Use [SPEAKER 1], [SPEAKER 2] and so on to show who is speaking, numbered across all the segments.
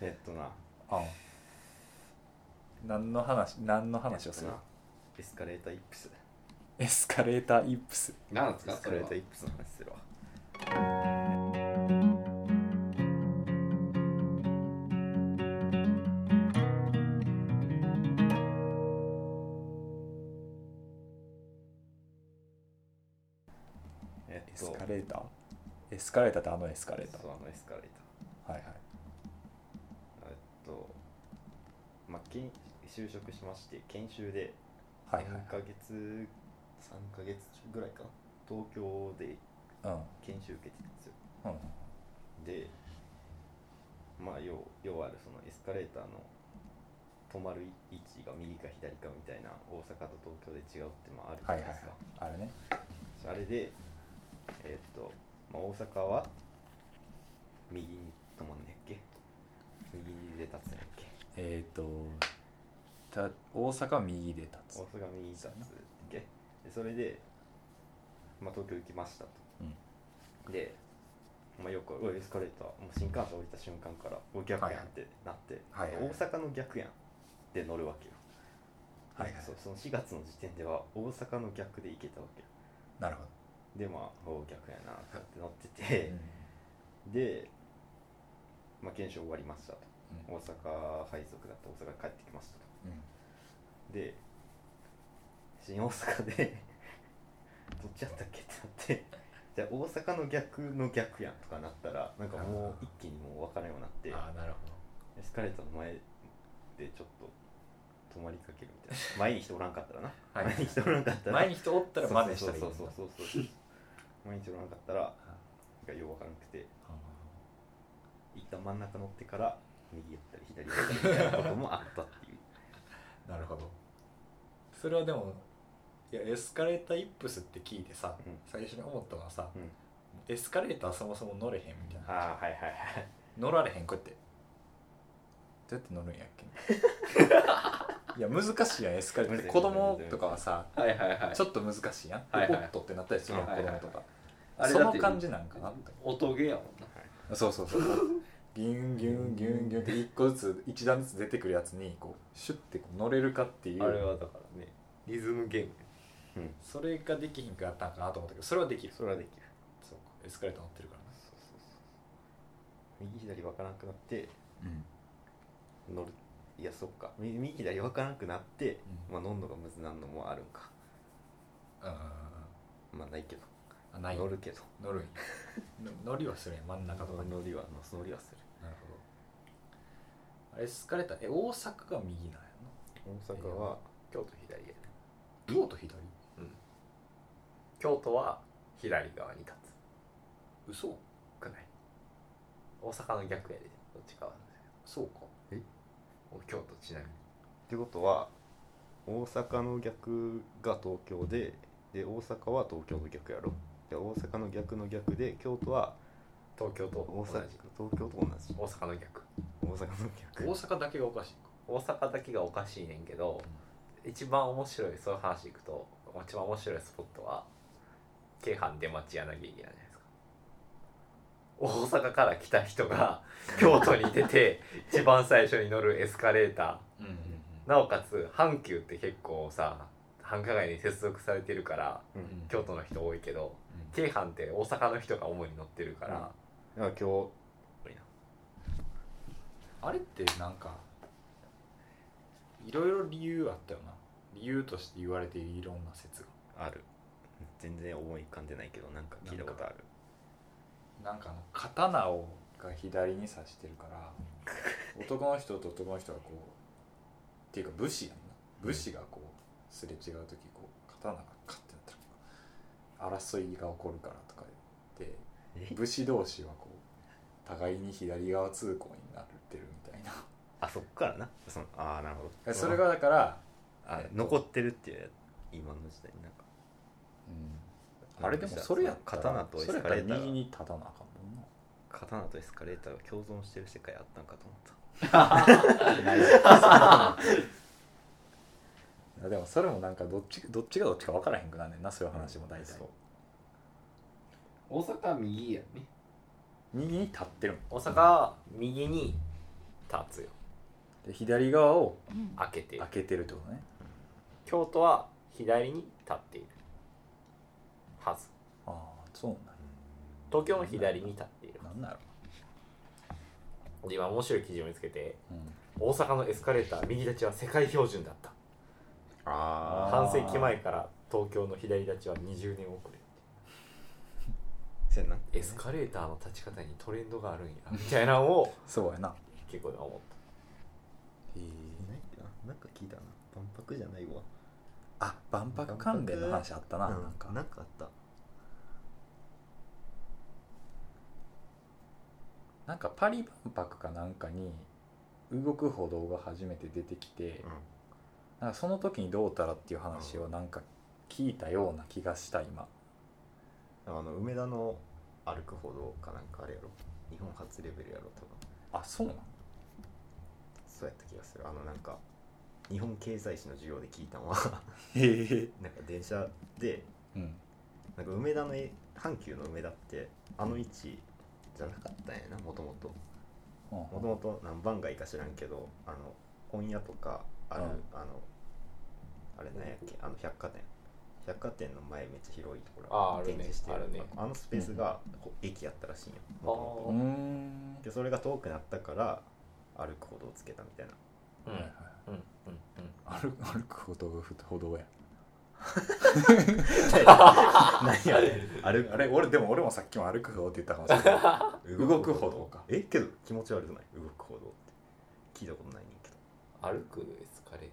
[SPEAKER 1] えっとな
[SPEAKER 2] ああ何の話何の話をする
[SPEAKER 1] えっとなエスカレーターイップス
[SPEAKER 2] エスカレーターイップス
[SPEAKER 3] 何なんです
[SPEAKER 1] エス
[SPEAKER 3] かそ
[SPEAKER 1] カ
[SPEAKER 3] れ
[SPEAKER 1] レー
[SPEAKER 3] は
[SPEAKER 1] ターイップスの話するわえ
[SPEAKER 2] エ
[SPEAKER 1] っと
[SPEAKER 2] スカレーターエスカレーターってあのエスカレータ
[SPEAKER 1] そうあのエスカレーター
[SPEAKER 2] ーはいはい
[SPEAKER 1] えっとまあけん就職しまして研修で
[SPEAKER 2] は
[SPEAKER 1] 3
[SPEAKER 2] いはい
[SPEAKER 1] ヶ月、3ヶ月ぐらいかな東京で
[SPEAKER 2] うん
[SPEAKER 1] 研修受けてたんですよ
[SPEAKER 2] うん
[SPEAKER 1] でまあ要要はあるそのエスカレーターの止まる位置が右か左かみたいな大阪と東京で違うってまああるじゃ
[SPEAKER 2] はい
[SPEAKER 1] な
[SPEAKER 2] はい
[SPEAKER 1] い
[SPEAKER 2] は
[SPEAKER 1] で
[SPEAKER 2] い
[SPEAKER 1] すか、
[SPEAKER 2] あ
[SPEAKER 1] あ
[SPEAKER 2] れね
[SPEAKER 1] れでえっと、まあ、大阪は右に止まんねっけ右で立つねっけ
[SPEAKER 2] えっ、ー、とた大阪右で立つ
[SPEAKER 1] 大阪右に立つでそれで、まあ、東京行きましたと、で、まあ、よくおいエスカレーターもう新幹線降りた瞬間からおい逆やんってなって、
[SPEAKER 2] はいはいはいはい
[SPEAKER 1] 大阪の逆やんで乗るわけよ、
[SPEAKER 2] はいはい
[SPEAKER 1] そうその4月の時点では大阪の逆で行けたわけよ
[SPEAKER 2] なるほ
[SPEAKER 1] でまあお逆やなって乗って
[SPEAKER 2] ど、
[SPEAKER 1] て
[SPEAKER 2] うん、
[SPEAKER 1] で、まあ、検証終わりましたと、
[SPEAKER 2] う
[SPEAKER 1] 大阪配属だった大阪に帰ってきましたと
[SPEAKER 2] うん
[SPEAKER 1] で新大阪でどっちやったっけってなってじゃあ大阪の逆の逆やんとかなったらなんかもう一気にもう分からんようになって
[SPEAKER 2] ああなるほ
[SPEAKER 1] エスカレーターの前でちょっと止まりかけるみたいな前に人おらんかったらな、
[SPEAKER 2] はい
[SPEAKER 1] 前に人おらんかった
[SPEAKER 2] ど
[SPEAKER 1] ら
[SPEAKER 2] 前に人おったら真似したらいい
[SPEAKER 1] そうそうそうそうそう前に人おらんかったらなんかよう分からなくて一旦真ん中乗ってから右やったり左やったりみたいなこともあったっていう
[SPEAKER 2] なるほどそれはでもいやエスカレーターイップスって聞いてさ、
[SPEAKER 1] うん
[SPEAKER 2] 最初に思ったのはさ、
[SPEAKER 1] うん
[SPEAKER 2] エスカレーターそもそも乗れへんみたいな
[SPEAKER 1] ああはいはいはい
[SPEAKER 2] 乗られへんこうやってどうやって乗るんやっ けいや難しいやんエスカレーターって子
[SPEAKER 1] むずいむずい
[SPEAKER 2] 供とかはさ
[SPEAKER 3] はいはいはい
[SPEAKER 2] ちょっと難しいやん、
[SPEAKER 3] はいは
[SPEAKER 2] で
[SPEAKER 3] い
[SPEAKER 2] ポットってなったりするやん、
[SPEAKER 3] はいはい
[SPEAKER 2] 子供とか、
[SPEAKER 3] あれ
[SPEAKER 2] そ
[SPEAKER 3] だっ
[SPEAKER 2] の
[SPEAKER 3] て
[SPEAKER 2] 感じなんかなって
[SPEAKER 3] 音ゲーやもんな
[SPEAKER 2] そうそうそうギュンギュンギュンギュンって一個ずつ一段ずつ出てくるやつにこうシュッてこう乗れるかってい
[SPEAKER 3] あれ
[SPEAKER 2] う
[SPEAKER 3] はだからねリズムゲーム
[SPEAKER 1] うん
[SPEAKER 2] それができひんかったんかなと思ったけどそれはできる
[SPEAKER 1] それはできる
[SPEAKER 2] そうかエスカレーター乗ってるか
[SPEAKER 1] そうそうそう右左分からなくなって
[SPEAKER 2] らね
[SPEAKER 1] 乗るいやそっか右右左分からなくなって、
[SPEAKER 2] う
[SPEAKER 1] まあ乗んのがむずなんのもあるんか
[SPEAKER 2] うんうん
[SPEAKER 1] まあないけど
[SPEAKER 2] あない
[SPEAKER 1] 乗るけど
[SPEAKER 2] 乗るんや の乗りはするんや真ん中とかに
[SPEAKER 1] 乗りは乗乗りはする
[SPEAKER 2] なるほどあれエスカレーターえ大阪が右なんや
[SPEAKER 1] 大阪は
[SPEAKER 3] 京都左へ
[SPEAKER 2] な京都左
[SPEAKER 3] 京都は左側に立つ
[SPEAKER 2] 嘘
[SPEAKER 3] くない大阪の逆やでどっちかは
[SPEAKER 2] そうか
[SPEAKER 3] 俺京都ちなみに
[SPEAKER 1] ってことは大阪の逆が東京でで大阪は東京の逆やろで大阪の逆の逆で京都は
[SPEAKER 3] 東京と
[SPEAKER 1] 大
[SPEAKER 3] 同
[SPEAKER 1] 阪
[SPEAKER 3] じ
[SPEAKER 1] 東京と同じ
[SPEAKER 3] 大阪の逆
[SPEAKER 1] 大阪の
[SPEAKER 2] 大
[SPEAKER 1] 逆
[SPEAKER 2] 阪だけがおかしいか
[SPEAKER 3] 大阪だけがおかしいねんけど、一番面白いそういう話いくと一番面白いスポットは京阪出町柳駅なんじゃないですか大阪から来た人が京都に出て一番最初に乗るエスカレータ
[SPEAKER 2] うんうん
[SPEAKER 3] ーなおかつ阪急って結構さ繁華街に接続されてるから
[SPEAKER 1] うん
[SPEAKER 3] 京都の人多いけど
[SPEAKER 2] うん
[SPEAKER 3] 京阪って大阪の人が主に乗ってるから、
[SPEAKER 1] だから今
[SPEAKER 2] あれってなんかいろいろ理由あったよな理由として言われているいろんな説が
[SPEAKER 1] 日ある全然思い浮かんでないけどなんか聞いたことある
[SPEAKER 2] なんかあの刀をが左に刺してるから男の人と男の人がこうっていうか武士やんな武士がこうすれ違う時こう刀がカッてなったら争いが起こるからとか言って
[SPEAKER 1] え
[SPEAKER 2] 武士同士はこう互いに左側通行になってるみたいな
[SPEAKER 1] あそっからなそのああなるほど
[SPEAKER 2] それがだから、
[SPEAKER 1] あ
[SPEAKER 2] えっと
[SPEAKER 1] 残ってるっていう今の時代になんか
[SPEAKER 2] あれでもそれやったら
[SPEAKER 1] 刀とエ
[SPEAKER 2] それ
[SPEAKER 1] ス
[SPEAKER 2] やっ
[SPEAKER 1] カ
[SPEAKER 2] た
[SPEAKER 1] レ
[SPEAKER 2] ら
[SPEAKER 1] ーター
[SPEAKER 2] 右
[SPEAKER 1] が
[SPEAKER 2] に立たなあかんもんな
[SPEAKER 1] 刀とエスカレーターが共存してる世界あったんかと思った
[SPEAKER 2] いやでもそれもなんかどっちどっちがどっちか分からへんくなんねんなそういう話も大体、
[SPEAKER 1] そう
[SPEAKER 3] 大阪は右やね
[SPEAKER 2] 右に立ってるもん
[SPEAKER 3] 大阪は右に立つよ
[SPEAKER 2] で左側を
[SPEAKER 3] 開けている
[SPEAKER 2] 開けてるってことね
[SPEAKER 3] 京都は左に立っているはず
[SPEAKER 2] ああそうなんだ
[SPEAKER 3] 東京も左に立っている
[SPEAKER 2] な
[SPEAKER 3] は
[SPEAKER 2] んだろ
[SPEAKER 3] ずで今面白い記事を見つけて
[SPEAKER 2] う、うん、
[SPEAKER 3] 大阪のエスカレーター右立ちは世界標準だった
[SPEAKER 1] あ
[SPEAKER 2] あ
[SPEAKER 1] あ
[SPEAKER 3] 半世紀前から東京の左立ちは20年遅
[SPEAKER 1] せんな
[SPEAKER 3] れエスカレーターの立ち方にトレンドがあるんやみたいなのを
[SPEAKER 2] そうやな
[SPEAKER 3] 結構思っ
[SPEAKER 2] へえ
[SPEAKER 1] ないかなんか聞いたな万博じゃないわ
[SPEAKER 2] あ万博関連の話あったな、
[SPEAKER 1] うん
[SPEAKER 2] なんか
[SPEAKER 1] なんかあった
[SPEAKER 2] なんかパリ万博かなんかに動く歩道が初めて出てきて、なんかその時にどうたらっていう話をなんか聞いたような気がした今
[SPEAKER 1] あの梅田の歩く歩道かなんかあれやろ日本初レベルやろ多分
[SPEAKER 2] あそうなん
[SPEAKER 1] そうやった気がするあのなんか日本経済史の授業で聞いたのは
[SPEAKER 2] へえ
[SPEAKER 1] なんか電車で
[SPEAKER 2] うん
[SPEAKER 1] なんか梅田のえ阪急の梅田ってあの位置じゃなかったんやなもともともともと何番街か知らんけどあの本屋とかある、
[SPEAKER 2] うん
[SPEAKER 1] あのあれ何やっけあの百貨店百貨店の前めっちゃ広いところ
[SPEAKER 3] あーあるね
[SPEAKER 1] 展示して
[SPEAKER 3] あるね
[SPEAKER 1] あのスペースがこう駅やったらしいんよ元々
[SPEAKER 2] うーん
[SPEAKER 1] でそれが遠くなったから歩くほどつけたみたいな
[SPEAKER 3] た
[SPEAKER 2] はいはい
[SPEAKER 3] うんうんう
[SPEAKER 2] 歩
[SPEAKER 3] ん
[SPEAKER 2] く歩く歩道歩道や
[SPEAKER 1] 何あれ歩
[SPEAKER 2] あれ俺でも俺もさっきも歩く歩道って言ったかもしれない
[SPEAKER 1] く
[SPEAKER 2] 動く歩道か
[SPEAKER 1] えけど気持ち悪くない動く歩道って聞いたことないねんけど
[SPEAKER 3] 歩くエスカレ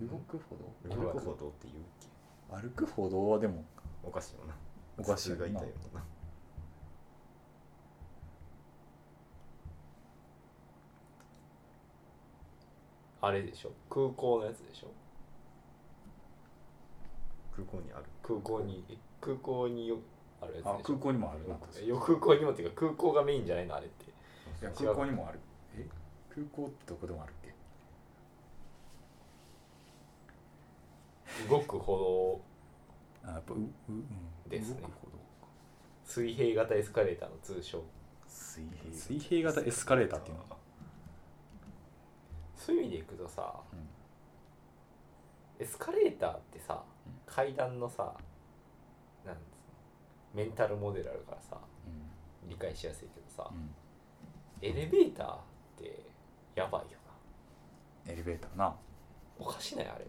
[SPEAKER 3] ー
[SPEAKER 2] 動く歩
[SPEAKER 1] 動
[SPEAKER 3] 動
[SPEAKER 1] く
[SPEAKER 3] く
[SPEAKER 1] 歩道って言うっけ
[SPEAKER 2] 道歩く歩道はでも
[SPEAKER 1] おかしいよな
[SPEAKER 2] おかしいよ
[SPEAKER 1] 普通がいた
[SPEAKER 2] な
[SPEAKER 1] よな
[SPEAKER 3] ターあれでしょ空港のやつでしょ
[SPEAKER 1] 空港にある
[SPEAKER 3] 空港にえ空港によあるやつでしょ
[SPEAKER 2] あ空港にもあるな
[SPEAKER 3] えよ空港にもっていうか空港がメインじゃないのあれって
[SPEAKER 2] いや空港にもあるえ空港ってどこでもあるっけ
[SPEAKER 3] 動く歩
[SPEAKER 2] あやっぱうう、うん、
[SPEAKER 3] ですね
[SPEAKER 2] 動く歩道
[SPEAKER 3] 道水平型エスカレーターの通称
[SPEAKER 1] 水
[SPEAKER 2] 水平型エスカレーターっていうのか
[SPEAKER 3] そういう意味でいくとさ、
[SPEAKER 2] うん
[SPEAKER 3] エスカレーターってさ
[SPEAKER 2] うん
[SPEAKER 3] 階段のさなんつうのメンタルモデルあるからさ理解しやすいけどさ、
[SPEAKER 2] うん、
[SPEAKER 3] エレベーターってやばいよ
[SPEAKER 2] エレベーターな、
[SPEAKER 3] なおかしないあれ
[SPEAKER 2] う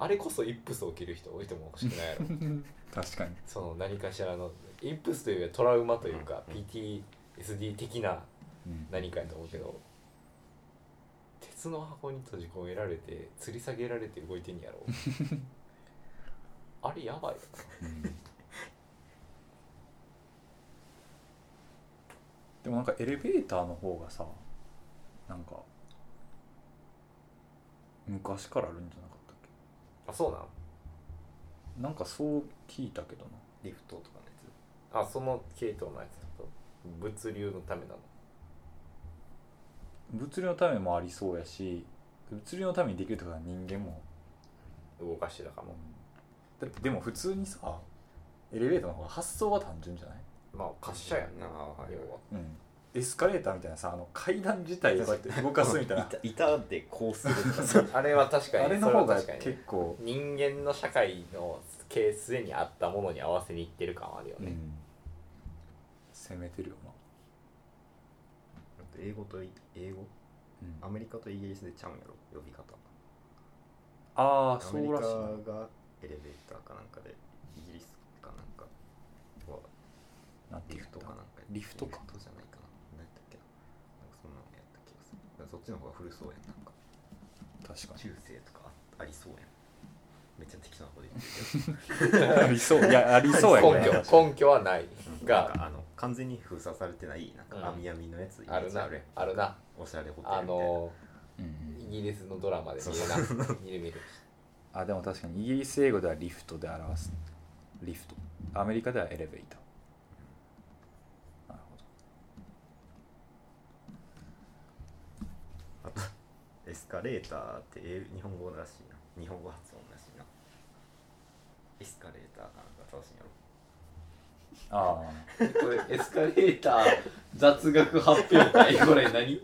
[SPEAKER 3] あれこそイップス起きる人多いてもおかしくないやろ
[SPEAKER 2] ん、 確かに
[SPEAKER 3] その何かしらのイップスというよりはトラウマというか PTSD 的な
[SPEAKER 2] うん
[SPEAKER 3] 何かやと思うけど鉄の箱に閉じ込められて吊り下げられて動いてん やろあれやばいよな
[SPEAKER 2] うん でもなんかエレベーターの方がさなんか昔からあるんじゃなかったっ
[SPEAKER 3] あそうなん
[SPEAKER 2] けなんかそう聞いたけどな
[SPEAKER 1] リフトとかのやつ
[SPEAKER 3] あその系統のやつだと物流のためなの
[SPEAKER 2] 物流のためもありそうやし物流のためにできるってことは人間も
[SPEAKER 3] 動かしてたかも
[SPEAKER 2] だってでも普通にさエレベーターの方が発想は単純じゃない、
[SPEAKER 3] まあ滑車やんな
[SPEAKER 1] あーはい
[SPEAKER 3] 要は
[SPEAKER 2] うん、エスカレーターみたいなさあの階段自体をこうやって動かすみたいな
[SPEAKER 1] 板でこうするとか
[SPEAKER 3] あれは確かに
[SPEAKER 2] あれの方が
[SPEAKER 3] それは確かに
[SPEAKER 2] 結
[SPEAKER 3] ね
[SPEAKER 2] 構、
[SPEAKER 3] 人間の社会の系すでにあったものに合わせにいってる感はあるよ
[SPEAKER 2] う
[SPEAKER 3] ね、
[SPEAKER 2] ん、攻めてるよな、
[SPEAKER 1] 英語とい英語アメリカとイギリスでちゃうんやろ呼び方
[SPEAKER 2] ああ
[SPEAKER 1] ア
[SPEAKER 2] そ
[SPEAKER 1] メリ
[SPEAKER 2] う
[SPEAKER 1] カ
[SPEAKER 2] らしいな
[SPEAKER 1] がエレベーターかなんかでイギリスかなんかは
[SPEAKER 2] なんて
[SPEAKER 1] リ
[SPEAKER 2] いう
[SPEAKER 1] フトかなん
[SPEAKER 2] か
[SPEAKER 1] かや
[SPEAKER 2] リフトか
[SPEAKER 1] リフトじゃないかな何やったっけななんかそんなのやった気がするだからそっちの方が古そうやんなんか
[SPEAKER 2] 確か
[SPEAKER 1] 中世とかあありそうやんめっちゃ適当なこと言ってるけど
[SPEAKER 2] にありそういやありそうや
[SPEAKER 3] 根
[SPEAKER 2] けど
[SPEAKER 3] 拠根拠はない
[SPEAKER 1] なん
[SPEAKER 3] が
[SPEAKER 1] かあの完全に封鎖されてないなんか網網のやつ、イメ
[SPEAKER 3] あ
[SPEAKER 1] ー
[SPEAKER 3] る
[SPEAKER 1] ジ
[SPEAKER 3] なあるな
[SPEAKER 1] おしゃれホテルみたいな
[SPEAKER 3] あの
[SPEAKER 2] うん
[SPEAKER 3] イギリスのドラマで見るな見る見 る
[SPEAKER 2] あでも確かにイギリス英語ではリフトで表すリフトアメリカではエレベーターなるほど
[SPEAKER 1] あとエスカレーターって英日本語らしいな日本語発音らしいなエスカレーターかなんか正しいんやろ
[SPEAKER 2] ああ
[SPEAKER 3] これエスカレーター
[SPEAKER 4] 雑学発表会これ 何
[SPEAKER 3] い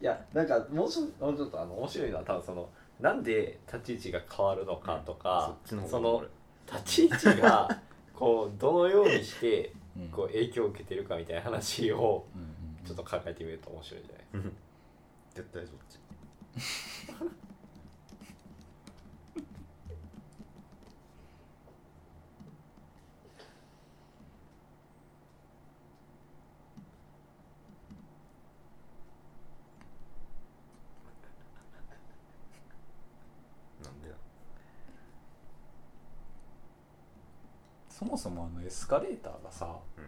[SPEAKER 3] やなんかもうちょもうちょっとあの面白いのは多分そのなんで立ち位置が変わるのかと
[SPEAKER 1] そ
[SPEAKER 3] か
[SPEAKER 1] っ、ちの方が
[SPEAKER 3] そ
[SPEAKER 1] おも
[SPEAKER 3] の
[SPEAKER 1] ろい
[SPEAKER 3] 立ち位置がこうどのようにして
[SPEAKER 2] うん
[SPEAKER 3] こう影響を受けてるかみたいな話を
[SPEAKER 2] うんうん
[SPEAKER 3] ちょっと考えてみると面白いんじゃない
[SPEAKER 1] うん絶対そっちなんでだ
[SPEAKER 2] そもそもあのエスカレーターがさ、
[SPEAKER 1] うん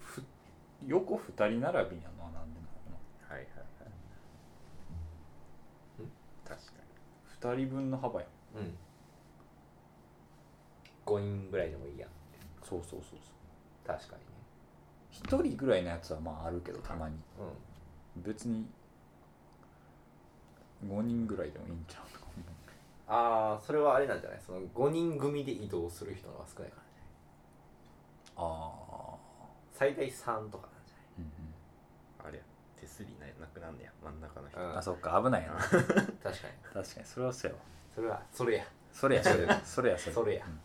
[SPEAKER 2] ふ横二人並びなのはなんでなのか
[SPEAKER 1] はいはい
[SPEAKER 2] な
[SPEAKER 1] はい
[SPEAKER 3] ん
[SPEAKER 1] 確か
[SPEAKER 2] 2人分の幅やん
[SPEAKER 3] うん5人ぐらいでもいいやん
[SPEAKER 2] そうそうそうそう
[SPEAKER 3] 確かにね
[SPEAKER 2] 1人ぐらいのやつはまああるけどたまに
[SPEAKER 3] うん
[SPEAKER 2] 別に5人ぐらいでもいいんちゃうとか思
[SPEAKER 3] ああそれはあれなんじゃないその5人組で移動する人の方が少ないからね
[SPEAKER 2] うああ
[SPEAKER 3] 最大3とかなんじゃ
[SPEAKER 2] うん
[SPEAKER 1] にあれや手すりななくなんねや真ん中の人、
[SPEAKER 3] うん
[SPEAKER 2] うんあそっか危ないやな
[SPEAKER 3] ない 確かに
[SPEAKER 2] 確かにそれはそうやわ
[SPEAKER 3] それはそれや
[SPEAKER 2] それやそれ やそれやそれ
[SPEAKER 3] それや
[SPEAKER 2] うん
[SPEAKER 1] い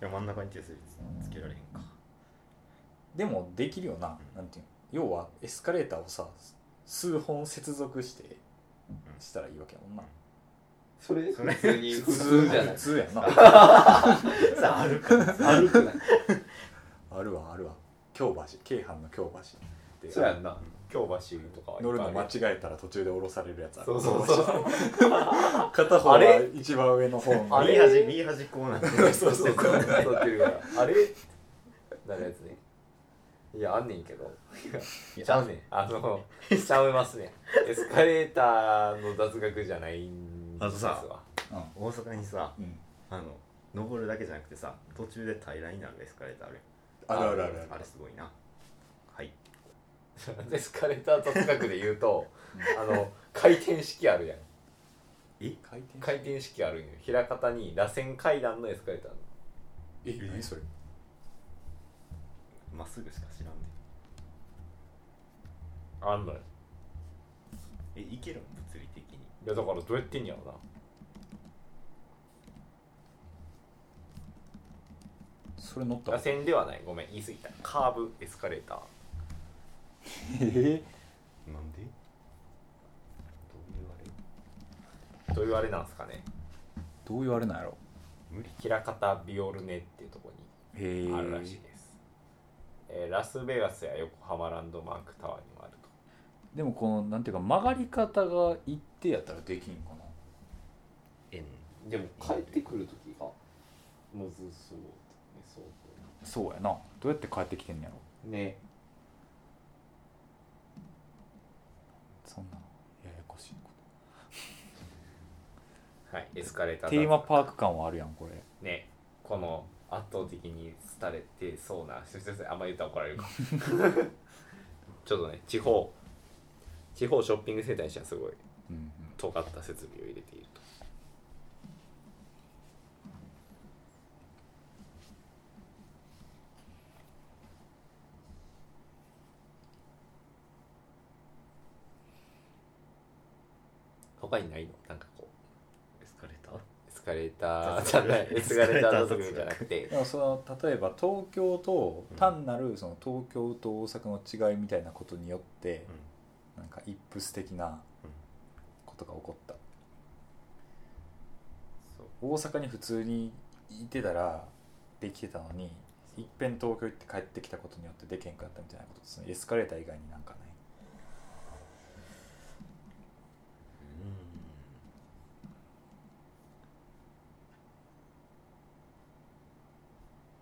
[SPEAKER 1] や真ん中に手すりつつけられへんか
[SPEAKER 2] でもできるよな、
[SPEAKER 1] うん
[SPEAKER 2] なんていうの要はエスカレーターをさ数本接続してしたらいいわけやもんな、
[SPEAKER 4] それ
[SPEAKER 1] それ
[SPEAKER 4] 普通に
[SPEAKER 1] 普
[SPEAKER 4] 普通じゃな
[SPEAKER 2] 普
[SPEAKER 4] い
[SPEAKER 2] 通や な
[SPEAKER 1] さああるか
[SPEAKER 4] 歩くない
[SPEAKER 2] あるわあるわ京橋京阪の京橋で
[SPEAKER 3] そうやんな京橋とかはいっぱ
[SPEAKER 2] 乗る
[SPEAKER 3] いあ
[SPEAKER 2] の間
[SPEAKER 3] やん
[SPEAKER 2] 違えたら途中で降ろされるやつある
[SPEAKER 3] そうそうそう
[SPEAKER 2] 片方
[SPEAKER 3] あ
[SPEAKER 2] は
[SPEAKER 3] れ
[SPEAKER 2] 一番上の方に
[SPEAKER 3] あれ
[SPEAKER 1] 右端右端こうなってる
[SPEAKER 2] そうそうそう
[SPEAKER 3] 座ってるからあれなるやつねいやあんねんけどいやちゃうねんあのちゃいますねエスカレーターの雑学じゃないんです
[SPEAKER 1] あと
[SPEAKER 3] わ
[SPEAKER 2] うん
[SPEAKER 1] 大阪にさ
[SPEAKER 2] うん
[SPEAKER 1] あの登るだけじゃなくてさ途中で平らになるエスカレーターある
[SPEAKER 2] あるあるある
[SPEAKER 1] やん
[SPEAKER 2] あ
[SPEAKER 1] あ
[SPEAKER 2] る
[SPEAKER 1] れすごいなはい
[SPEAKER 3] エスカレーター雑学で言うとあの回転式あるやん
[SPEAKER 2] 回転
[SPEAKER 3] 回転式あるんよ平方に螺旋階段のエスカレーター
[SPEAKER 2] え
[SPEAKER 1] え
[SPEAKER 2] 何それ
[SPEAKER 1] まっすぐしか知らんで
[SPEAKER 3] あんのよ
[SPEAKER 1] えいけるん物理的に
[SPEAKER 3] いやだからどうやってんやろな
[SPEAKER 2] それ乗った
[SPEAKER 3] 螺旋ではないごめん言い過ぎたカーブエスカレーター
[SPEAKER 2] え
[SPEAKER 1] なんでどういうあれ
[SPEAKER 3] どういうあれなんすかね
[SPEAKER 2] どう言われなんやろ
[SPEAKER 1] 無理
[SPEAKER 3] 平方ビオルネっていうとこ
[SPEAKER 2] へ
[SPEAKER 3] にあるらしいです、えーラスベガスや横浜ランドマークタワーにもあると
[SPEAKER 2] でもこのなんていうか曲がり方が一定やったらできんかな
[SPEAKER 1] 円
[SPEAKER 4] でも帰ってくる時がむずそうね相
[SPEAKER 2] そうやなどうやって帰ってきてんのやろ
[SPEAKER 4] 当ね
[SPEAKER 2] そんなややこしいこ
[SPEAKER 3] はいエスカレータ
[SPEAKER 2] と
[SPEAKER 3] ー
[SPEAKER 2] テーマパーク感はあるやんこれ
[SPEAKER 3] ねこの圧倒的に廃れてそうなすいませんあんま言ったら怒られ るかちょっとね地方地方ショッピングセンターにしてはすごい
[SPEAKER 2] うんうん
[SPEAKER 3] 尖った設備を入れていると他にないのなんかこう
[SPEAKER 1] エスカレーター
[SPEAKER 3] エスカレーターじゃない エスカレーターの時じゃなくて
[SPEAKER 2] でもその例えば東京と単なるその東京と大阪の違いみたいなことによって
[SPEAKER 1] うん
[SPEAKER 2] なんか一夫的な
[SPEAKER 1] うん
[SPEAKER 2] ことが起こった
[SPEAKER 1] そう
[SPEAKER 2] 大阪に普通にいてたらできてたのにいっぺん東京行って帰ってきたことによってできへんかったみたいなことそのエスカレーター以外になんかない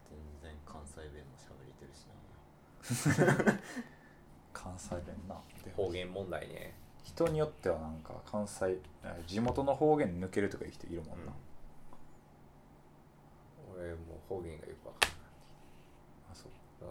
[SPEAKER 1] 全然関西弁も喋れてるしな
[SPEAKER 2] 関西弁なで
[SPEAKER 3] 方言問題ね
[SPEAKER 2] 人によってはなんか関西あ地元の方言抜けるとかいう人いるもんな、
[SPEAKER 1] うん
[SPEAKER 3] 俺もう方言がよくわかんない
[SPEAKER 2] あそう
[SPEAKER 3] うん